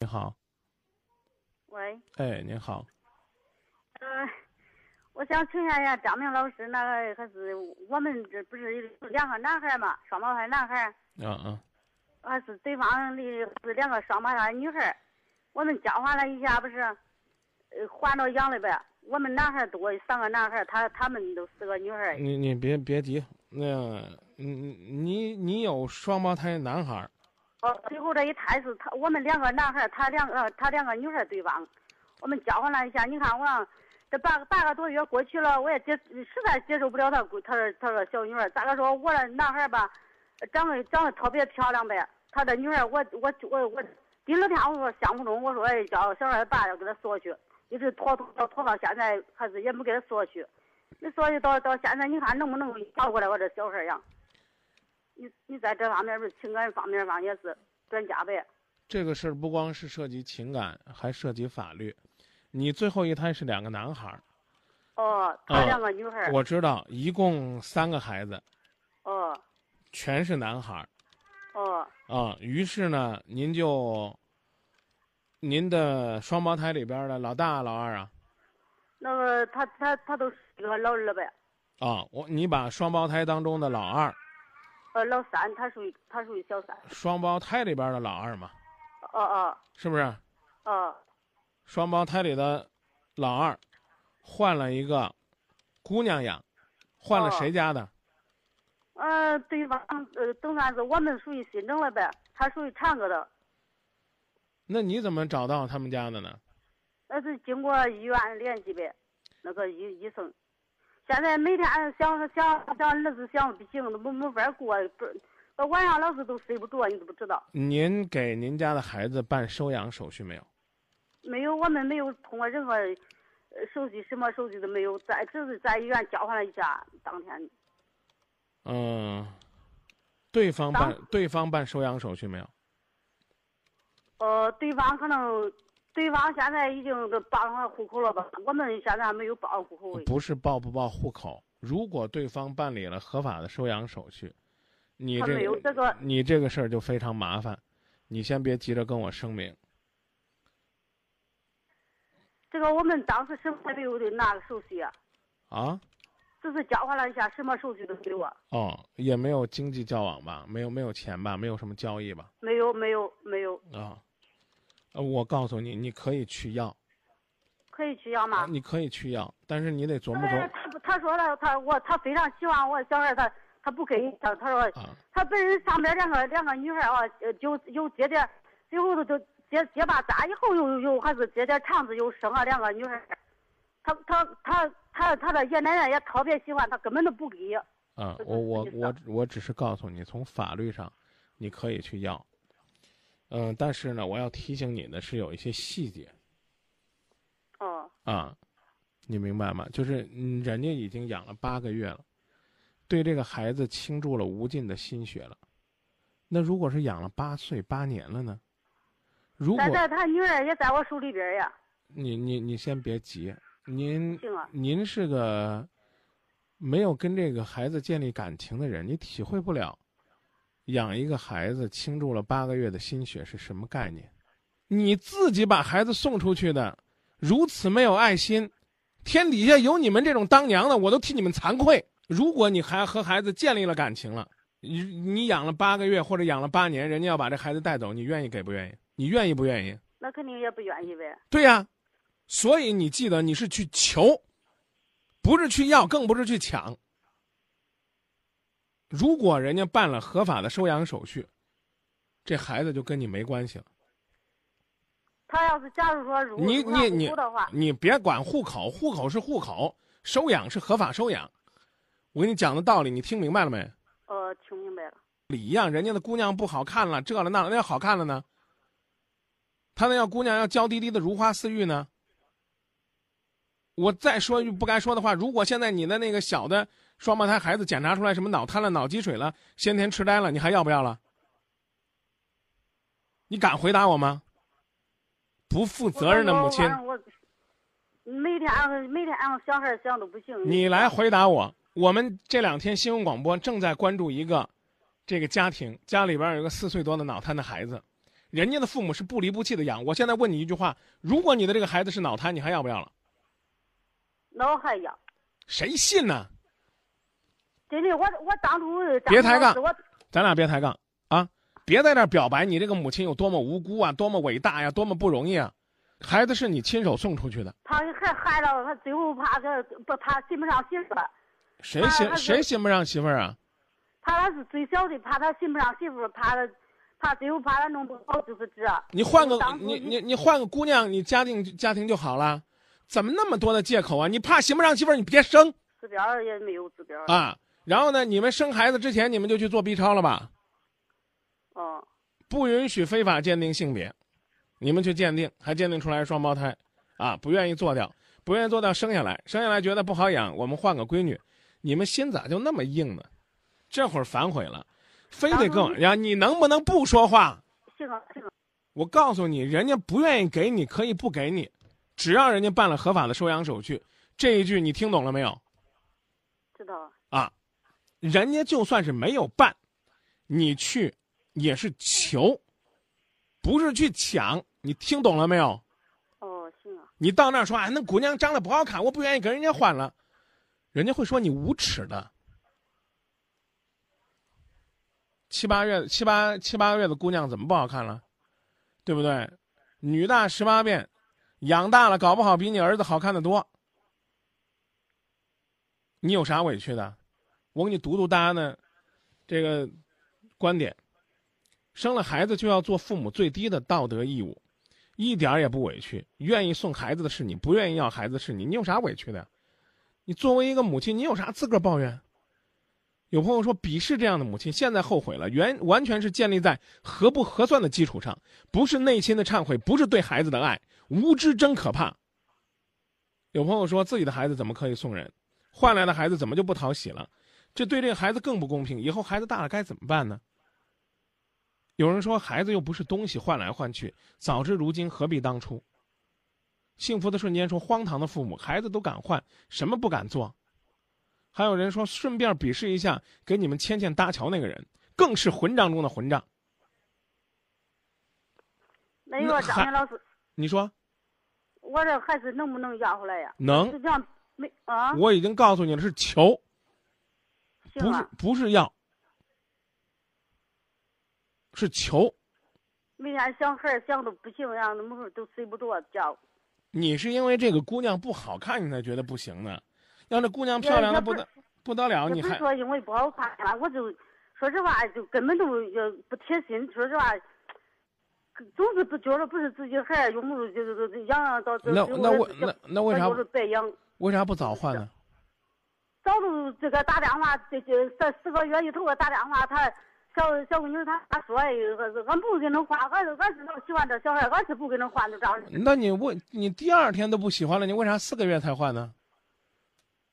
您好，喂，哎，您好，呃，我想请问一下张明老师，那个还是我们这不是有两个男孩嘛，双胞胎男孩，嗯嗯，还是对方的是两个双胞胎女孩，我们交换了一下，不是，呃，换到养了呗。我们男孩多，三个男孩，他他们都四个女孩。你你别别急，那你你你有双胞胎男孩儿，哦，最后这一胎是他，我们两个男孩，他两个呃他两个女孩对方，我们交换了一下，你看我让这半个半个多月过去了，我也接实在接受不了他闺他说他说小女儿，咋个说我这男孩吧，长得长得特别漂亮呗，他这女儿我我我我第二天我说想不通，我说哎叫小二爸要给他说去，一直拖拖拖拖到现在还是也没给他说去，你说去到到现在你看能不能调过来我这小孩呀？你你在这方面不是情感方面吧，也是专家呗？这个事儿不光是涉及情感，还涉及法律。你最后一胎是两个男孩儿，哦，啊他两个女孩儿，我知道，一共三个孩子，哦全是男孩儿哦啊、于是呢，您就您的双胞胎里边儿的老大、老二啊那个他他他都是一个老二呗，啊、我你把双胞胎当中的老二，呃，老三他属于他属于小三，双胞胎里边儿的老二嘛，哦哦是不是？哦双胞胎里的老二换了一个姑娘养，换哦了谁家的？呃，对方呃，总算是我们属于新郑了呗，他属于长歌的，那你怎么找到他们家的呢？那是经过医院联系呗，那个医医生。现在每天想想想日子想不行，都没没法过，不是，呃晚上老是都睡不着，你都不知道。您给您家的孩子办收养手续没有？没有，我们没有通过任何呃手续，什么手续都没有，在只是在医院交换了一下，当天嗯，对方办当对方办收养手续没有？呃，对方可能对方现在已经都报上户口了吧？我们现在还没有报上户口。不是报不报户口，如果对方办理了合法的收养手续，你他没这有这个，你这个事儿就非常麻烦。你先别急着跟我声明，这个我们当时什么也没有的那个手续啊，啊，只是交换了一下，什么手续都没有啊，哦，也没有经济交往吧，没有没有钱吧，没有什么交易吧。没有，没有，没有，啊，呃，我告诉你，你可以去要，可以去要吗？你可以去要，但是你得琢磨但是琢他不他说了，他我他非常希望我小孩他他不给他他说磨啊。他本人上边两个两个女孩啊，呃，有有结点，最后都都结结巴扎，以后又又还是结点肠子又生了啊两个女孩。他他他他他的爷奶奶也特别喜欢他，根本都不给。啊，这我就是我这个我我只是告诉你，从法律上，你可以去要。嗯，但是呢，我要提醒你的是有一些细节哦啊，你明白吗？就是嗯人家已经养了八个月了，对这个孩子倾注了无尽的心血了。那如果是养了八岁八年了呢？如果但是他女儿也在我手里边呀，你你你先别急，您行啊。您是个没有跟这个孩子建立感情的人，你体会不了养一个孩子倾注了八个月的心血是什么概念。你自己把孩子送出去的，如此没有爱心，天底下有你们这种当娘的，我都替你们惭愧。如果你还和孩子建立了感情了，你你养了八个月或者养了八年，人家要把这孩子带走，你愿意给不愿意？你愿意不愿意？那肯定也不愿意呗。对呀、所以你记得你是去求，不是去要，更不是去抢。如果人家办了合法的收养手续，这孩子就跟你没关系了。他要是假如说如果你如果你你不的话，你别管户口，户口是户口，收养是合法收养。我跟你讲的道理，你听明白了没？呃，听明白了。理一样，人家的姑娘不好看了，这了那了，那要好看了呢？他那要姑娘要娇滴滴的如花似玉呢？我再说一句不该说的话，如果现在你的那个小的双胞胎孩子检查出来什么脑瘫了、脑积水了、先天痴呆了，你还要不要了？你敢回答我吗？不负责任的母亲我，反正我每天每天俺小孩想都不行。你来回答我。我们这两天新闻广播正在关注一个这个家庭，家里边有一个四岁多的脑瘫的孩子，人家的父母是不离不弃的养。我现在问你一句话：如果你的这个孩子是脑瘫，你还要不要了？那我还要。谁信呢、真的，我我当初别抬杠当初我咱俩别抬杠啊！别在这儿表白你这个母亲有多么无辜啊，多么伟大呀、多么不容易啊！孩子是你亲手送出去的，他还害了，他最后怕这不怕信不上媳妇儿，谁啊信他是谁信不上媳妇儿啊？怕他是最小的，怕他信不上媳妇儿，怕他怕最后怕他弄不好，就是这。你换个啊当初你就你你换个姑娘，你家庭家庭就好了。怎么那么多的借口啊？你怕行不上媳妇儿，你别生指标儿也没有指标儿。啊！然后呢，你们生孩子之前，你们就去做 B 超了吧？嗯，不允许非法鉴定性别，你们去鉴定，还鉴定出来是双胞胎，啊，不愿意做掉，不愿意做掉，生下来，生下来觉得不好养，我们换个闺女，你们心咋就那么硬呢？这会儿反悔了，非得跟我当呀？你能不能不说话？行啊行啊，我告诉你，人家不愿意给你，可以不给你，只要人家办了合法的收养手续。这一句你听懂了没有？啊知道了。人家就算是没有办，你去也是求，不是去抢。你听懂了没有？哦，行啊，你到那儿说啊，那姑娘长得不好看，我不愿意跟人家换了，人家会说你无耻的。七八月七八七八个月的姑娘怎么不好看了？对不对？女大十八变，养大了搞不好比你儿子好看的多。你有啥委屈的？我给你读读大家的这个观点：生了孩子就要做父母最低的道德义务。一点儿也不委屈。愿意送孩子的是你，不愿意要孩子的是你，你有啥委屈的？你作为一个母亲，你有啥资格抱怨？有朋友说鄙视这样的母亲，现在后悔了，原完全是建立在合不合算的基础上，不是内心的忏悔，不是对孩子的爱，无知真可怕。有朋友说自己的孩子怎么可以送人，换来的孩子怎么就不讨喜了？这对这个孩子更不公平，以后孩子大了该怎么办呢？有人说孩子又不是东西，换来换去，早知如今，何必当初？幸福的瞬间说荒唐的父母，孩子都敢换，什么不敢做？还有人说，顺便鄙视一下给你们牵线搭桥那个人，更是混账中的混账。那你说那还张云老师，你说我这孩子能不能要回来呀？能就？这样没啊？我已经告诉你了，是求，行不是啊，不是要，是求。每天想孩儿想都不行，让那门都睡不着啊觉。你是因为这个姑娘不好看，你才觉得不行呢？要这姑娘漂亮的不得不得了，哦也你不是还说因为不好看吧，我就说实话，就根本都也不贴心。说实话，总是不觉得不是自己孩儿，有时候就是就是养养到那那为那那为啥就是白养？为啥不早换呢？早都这个打电话，这这这四个月以头我啊打电话，他小小闺女她说，哎，俺俺不给恁换，俺是俺是老喜欢这小孩，俺是不给恁换，就这样。那你为你第二天都不喜欢了，你为啥四个月才换呢？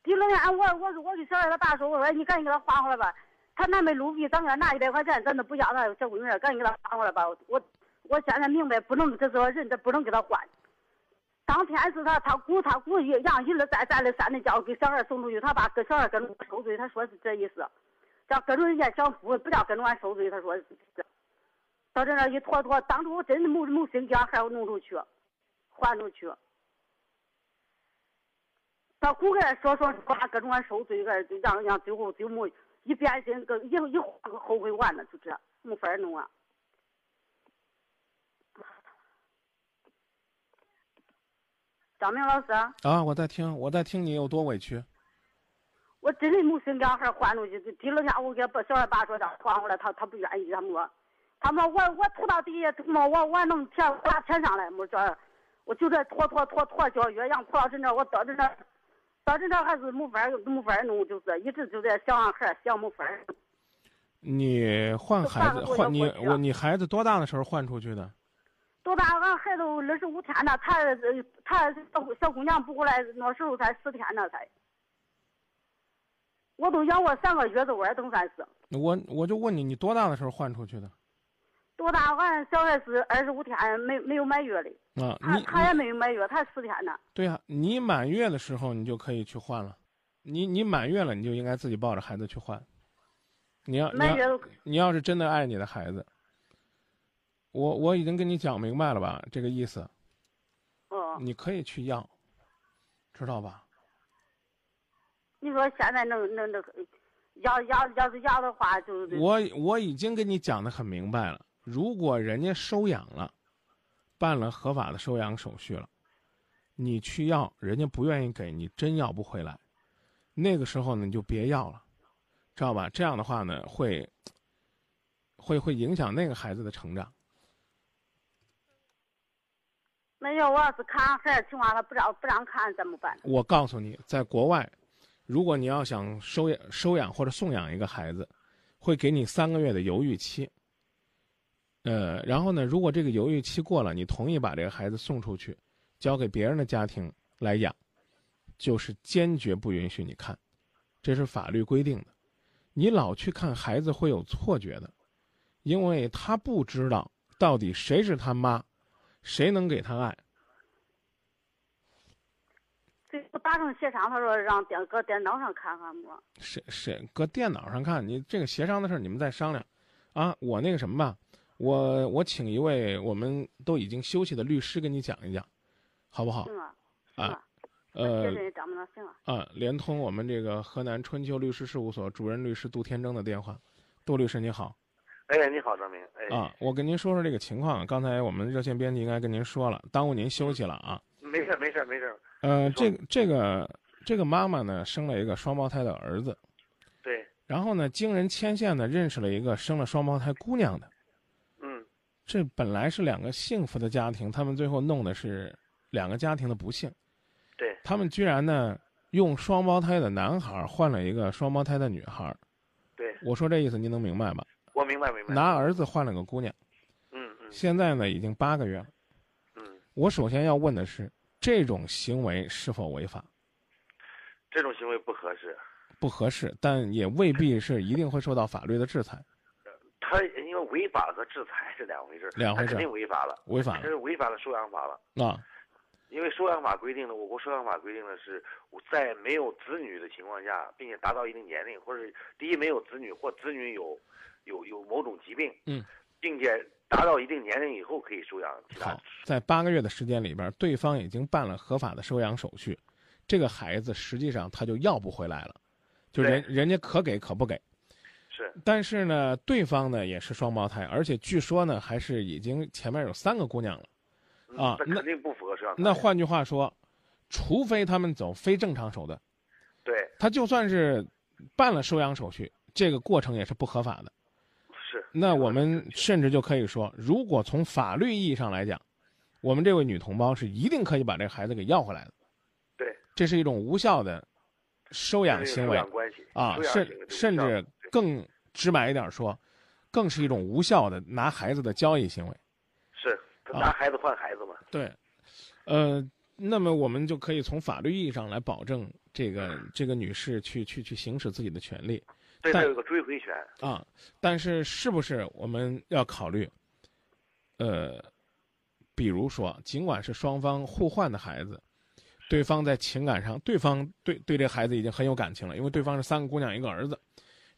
第二天我我我给小孩他爸说，我说你赶紧给他换回来吧，他那没路币，咱给他拿一百块钱，咱都不要他小闺女儿，赶紧给他换回来吧。我我现在明白，不能这说人，这不能给他换。当天是他他姑他姑一让一而再再而三的叫给小孩送出去，他爸跟小孩跟着我受罪，他说是这意思，叫跟着人家享福，不叫跟着俺受罪，他说是这。到这那一拖拖，当初我真的没没心将孩儿弄出去，还出去。他姑个说说实话，各种俺受罪个，就让让最后就没一变心，个一一后悔完了，就这没法儿弄啊。张明老师，啊，我在听，我在听你有多委屈。我真的没心将孩儿还出去。第二天我给把小孩爸说他还回来，他他不愿意，他没，他说我我吐到地下，没我我弄钱，我拿钱上来没这，我就这拖拖拖拖交月，让拖到这那，我到这那，到这那还是没法儿没法儿弄，就是一直就在想俺孩儿，想没法儿。你换就孩换子了多换少你回去我了你孩子多大的时候换出去的？多大？俺孩子二十五天了，他呃他小姑小姑娘不过来，那时候才十天呢，才。我都养我三个月子娃儿，都算是。我我就问你，你多大的时候换出去的？多大？俺小孩是二十五天，哎没没有满月的，啊，他你他也没有满月，他十天呢。对呀、你满月的时候你就可以去换了。你你满月了，你就应该自己抱着孩子去换。你要你满要月都你要是真的爱你的孩子，我我已经跟你讲明白了吧？这个意思，哦，你可以去要，知道吧？你说现在能能那个，要要要是要的话，就是我我已经跟你讲的很明白了。如果人家收养了，办了合法的收养手续了，你去要，人家不愿意给你，真要不回来，那个时候呢，你就别要了，知道吧？这样的话呢，会会会影响那个孩子的成长。那要我要是看孩子情况，他不让不让看怎么办？我告诉你，在国外，如果你要想收养、收养或者送养一个孩子，会给你三个月的犹豫期。呃，然后呢，如果这个犹豫期过了，你同意把这个孩子送出去，交给别人的家庭来养，就是坚决不允许你看，这是法律规定的。你老去看孩子会有错觉的，因为他不知道到底谁是他妈，谁能给他爱。最后达成协商，他说让电搁电脑上看看吧。谁谁搁电脑上看？你这个协商的事儿你们再商量，啊，我那个什么吧，我我请一位我们都已经休息的律师跟你讲一讲，好不好？行啊，行啊啊，呃嗯这人怎么能行啊？啊，连通我们这个河南春秋律师事务所主任律师杜天征的电话，杜律师你好哎，你好，张明。哎，啊，我跟您说说这个情况。刚才我们热线编辑应该跟您说了，耽误您休息了啊。没事儿，没事儿，没事儿。呃，您说这个这个这个妈妈呢，生了一个双胞胎的儿子，对，然后呢，经人牵线呢，认识了一个生了双胞胎姑娘的。嗯，这本来是两个幸福的家庭，他们最后弄的是两个家庭的不幸。对，他们居然呢用双胞胎的男孩换了一个双胞胎的女孩。对，我说这意思您能明白吧？我明白，明白。拿儿子换了个姑娘，嗯嗯现在呢已经八个月了。嗯，我首先要问的是，这种行为是否违法？这种行为不合适。不合适，但也未必是一定会受到法律的制裁。他因为违法和制裁是两回事儿，两回事儿他肯定违法了，违法这是违反了收养法了。啊，因为收养法规定了，我国收养法规定的是，在没有子女的情况下，并且达到一定年龄，或者第一没有子女或子女有有有某种疾病，嗯，并且达到一定年龄以后可以收养其他好，在八个月的时间里边，对方已经办了合法的收养手续，这个孩子实际上他就要不回来了，就人人家可给可不给。是但是呢，对方呢也是双胞胎，而且据说呢还是已经前面有三个姑娘了。嗯啊那那肯定不符合收养法。那换句话说，除非他们走非正常手段，对他就算是办了收养手续，这个过程也是不合法的。是那我们甚至就可以说，如果从法律意义上来讲，我们这位女同胞是一定可以把这个孩子给要回来的。对。这是一种无效的收养这是行收为养关系啊，收养甚行为的甚无效至更直白一点说，更是一种无效的拿孩子的交易行为。是他啊拿孩子换孩子嘛，对，呃，那么我们就可以从法律意义上来保证这个这个女士去去去行使自己的权利对但他有个追回权，啊。但是是不是我们要考虑，呃，比如说，尽管是双方互换的孩子。对方在情感上，对方对对这孩子已经很有感情了，因为对方是三个姑娘一个儿子，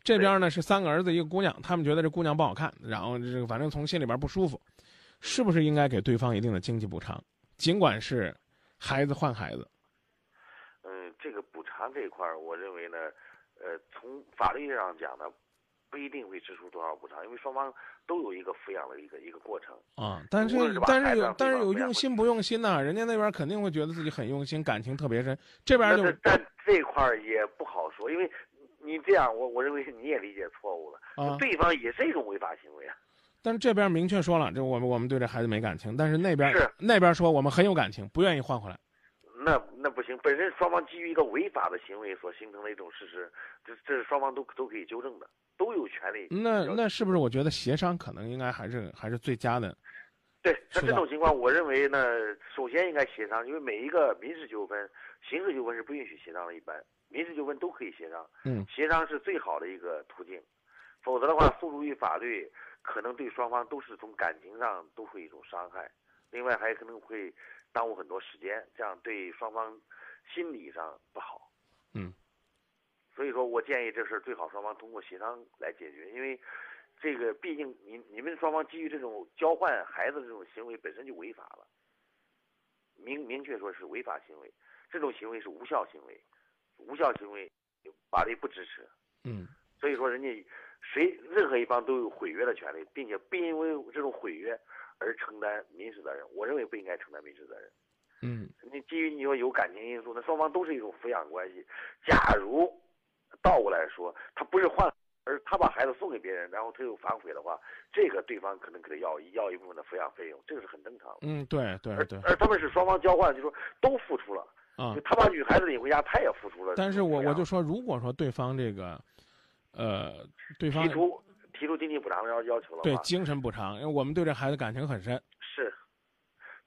这边呢是三个儿子一个姑娘，他们觉得这姑娘不好看，然后这个反正从心里边不舒服，是不是应该给对方一定的经济补偿？尽管是孩子换孩子，嗯，这个补偿这一块儿，我认为呢，呃，从法律上讲呢，不一定会支出多少补偿，因为双方都有一个抚养的一个一个过程。啊，但是无论是把但孩是子有放但是放有不用养心不用心呐、人家那边肯定会觉得自己很用心，感情特别深，这边但就是但这一块儿也不好说，因为你这样，我我认为你也理解错误了，啊，对方也是一种违法行为啊。但是这边明确说了，这我们我们对这孩子没感情，但是那边是那边说我们很有感情，不愿意换回来。那那不行，本身双方基于一个违法的行为所形成的一种事实，这这是双方都都可以纠正的，都有权利。那那是不是我觉得协商可能应该还是还是最佳的？对，像是这的种情况，我认为呢，首先应该协商，因为每一个民事纠纷、刑事纠纷是不允许协商的，一般民事纠纷都可以协商，嗯，协商是最好的一个途径，否则的话，诉诸于法律，可能对双方都是从感情上都会一种伤害，另外还可能会耽误很多时间，这样对双方心理上不好。嗯，所以说我建议这事儿最好双方通过协商来解决，因为这个毕竟你你们双方基于这种交换孩子这种行为本身就违法了，明明确说是违法行为，这种行为是无效行为，无效行为法律不支持，嗯所以说人家谁任何一方都有毁约的权利，并且不因为这种毁约而承担民事责任，我认为不应该承担民事责任。嗯你基于你说有感情因素，那双方都是一种抚养关系。假如倒过来说，他不是换，而他把孩子送给别人，然后他又反悔的话，这个对方可能给他要要一部分的抚养费用，这个是很正常的。嗯，对对而对而他们是双方交换，就说都付出了，啊就。他把女孩子领回家，他也付出了。但是我这样我就说，如果说对方这个，呃，对方提出提出经济补偿要要求了嘛，对精神补偿，因为我们对这孩子感情很深，是。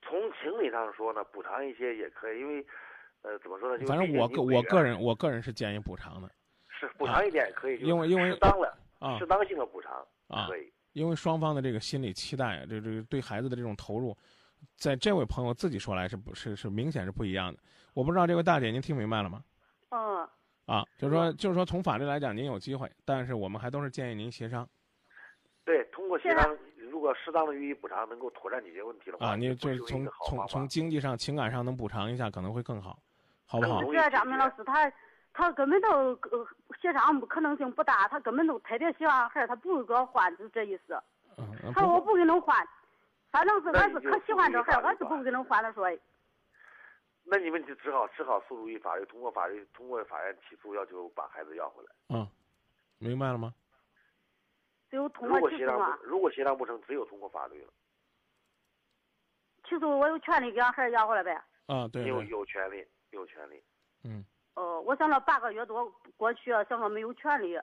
从情理上说呢，补偿一些也可以，因为，呃，怎么说呢？就是反正毕竟我你个毁我约个人我个人是建议补偿的是补偿一点也可以，就是因为因为适当的啊适当性的补偿啊可，以。因为双方的这个心理期待，啊这这对孩子的这种投入，在这位朋友自己说来是不是是明显是不一样的。我不知道这位大姐您听明白了吗？嗯，啊，就是说就是说从法律来讲您有机会，但是我们还都是建议您协商对，通过协是啊商，如果适当的予以补偿，能够妥善解决问题的话，啊，您这就是会是一从个好从方从法。经济上、情感上能补偿一下，可能会更好，好不好能？容易这咱们解老决师他他根本都呃协商可能性不大，他根本都特别喜欢孩儿，他不给我换，就这意思。嗯，嗯他说我不给侬换，反正是啊那俺你是就可喜欢这孩儿，注意法俺律是吧不给侬换。他说，那你们就只好只好诉诸于法律，通过法律通过法院起诉，要求把孩子要回来。嗯，明白了吗？只有通如过果起协诉商嘛，不如果协商不成，只有通过法律了。起诉我有权利给俺孩儿要回来呗。啊，对你有对，有权利，有权利，嗯，哦，我想着八个月多过去啊，想着没有权利。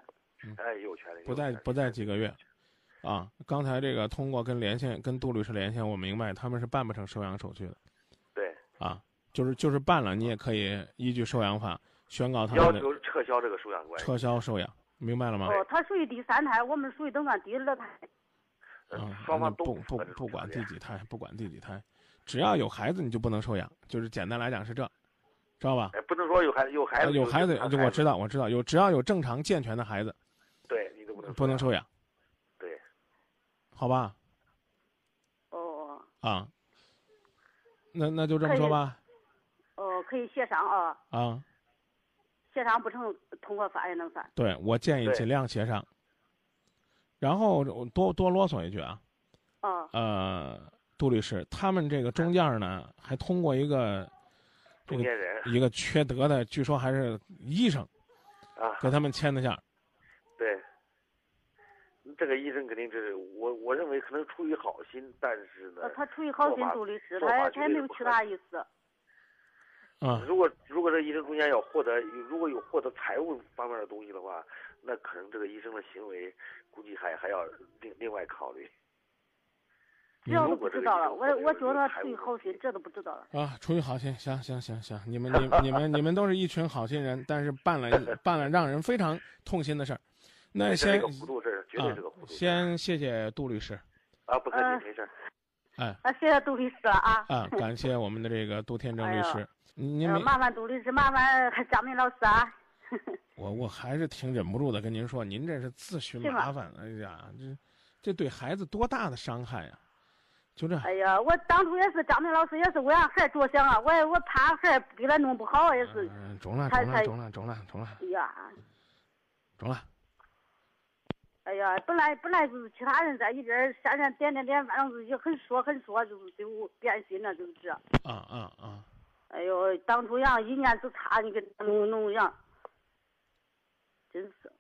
哎，有权利。不有在权利不在几个月，啊，刚才这个通过跟连线跟杜律师连线，我明白他们是办不成收养手续的对，啊，就是就是办了，你也可以依据收养法宣告他要们的求撤销这个收养关系。撤销收养，明白了吗？哦，他属于第三胎，我们属于等俺第二胎。嗯啊，双那方都不不符合这种不管条第件几胎，不管第几胎，只要有孩子你就不能收养，就是简单来讲是这，知道吧？哎，不能说有孩有孩啊子有孩子就，是就我知道我知道有，只要有正常健全的孩子，对你都不能不能说收养，对。好吧？哦啊，那那就这么说吧，哦，可以协商啊，啊。协商不成，通过法院能算。对，我建议对尽量协商。然后我多多啰嗦一句啊，哦呃，杜律师，他们这个中间儿呢，还通过一个这个中间人一个缺德的，据说还是医生啊，给他们签的下儿。对，这个医生肯定是我我认为可能出于好心，但是呢呃，他出于好心做法做律师，做法他绝他也对没有是不其合他意思。啊，如果如果这医生中间有获得如果有获得财务方面的东西的话，那可能这个医生的行为估计还还要另另外考虑。这我如都果不这知个道医了，生我获得我有觉得财出于务好问题心，这都不知道了。啊，出于好心，行行行行，你们你们你们你们都是一群好心人，但是办了办了让人非常痛心的事儿。那这是先个糊涂事儿，绝对啊是个糊涂，事儿先谢谢杜律师啊，不客呃气，没事儿。哎 啊，谢谢杜律师了啊。啊，感谢我们的这个杜天正哎律呀师。您呃们。麻烦杜律师，麻烦张明老师啊。我我还是挺忍不住的跟您说，您这是自寻是吗麻烦。哎呀，这这对孩子多大的伤害呀、就这，哎呀，我当初也是张明老师，也是为俺孩儿着想啊，我也我怕孩儿给他弄不好，也是。嗯、中了，他中了，他中了，中了，中了，哎呀，中了。哎呀，本来本来就是其他人在一边儿闪闪点点点，反正是也很说很说，就是对我变心了，就是这。啊啊啊！哎呦，当初让一年之差，你给他弄弄让，真是。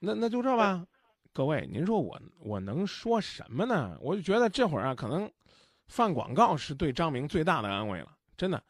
那那就这吧，各位，您说我我能说什么呢？我就觉得这会儿啊，可能放广告是对张明最大的安慰了，真的。